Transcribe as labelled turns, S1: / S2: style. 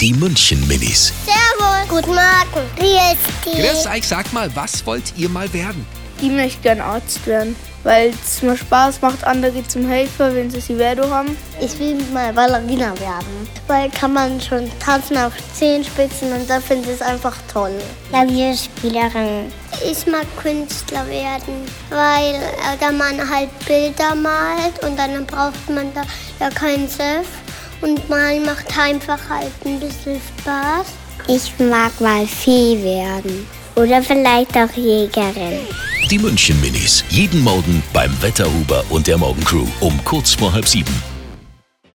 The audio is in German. S1: Die München Minis.
S2: Servus. Guten Morgen. Wie
S3: Chris, ich sag mal, was wollt ihr mal werden?
S4: Ich möchte gern Arzt werden, weil es mir Spaß macht, andere zum Helfen, wenn sie sie Werdo haben.
S2: Ich will mal Ballerina werden. Weil kann man schon tanzen auf Zehenspitzen und da finde ich es einfach toll. Klavierspielerin. Ich mag Künstler werden, weil äh, da man halt Bilder malt und dann braucht man da ja keinen Chef. Und malen macht einfach halt ein bisschen Spaß. Ich mag mal Fee werden. Oder vielleicht auch Jägerin.
S1: Die München Minis. Jeden Morgen beim Wetterhuber und der Morgencrew um kurz vor halb sieben.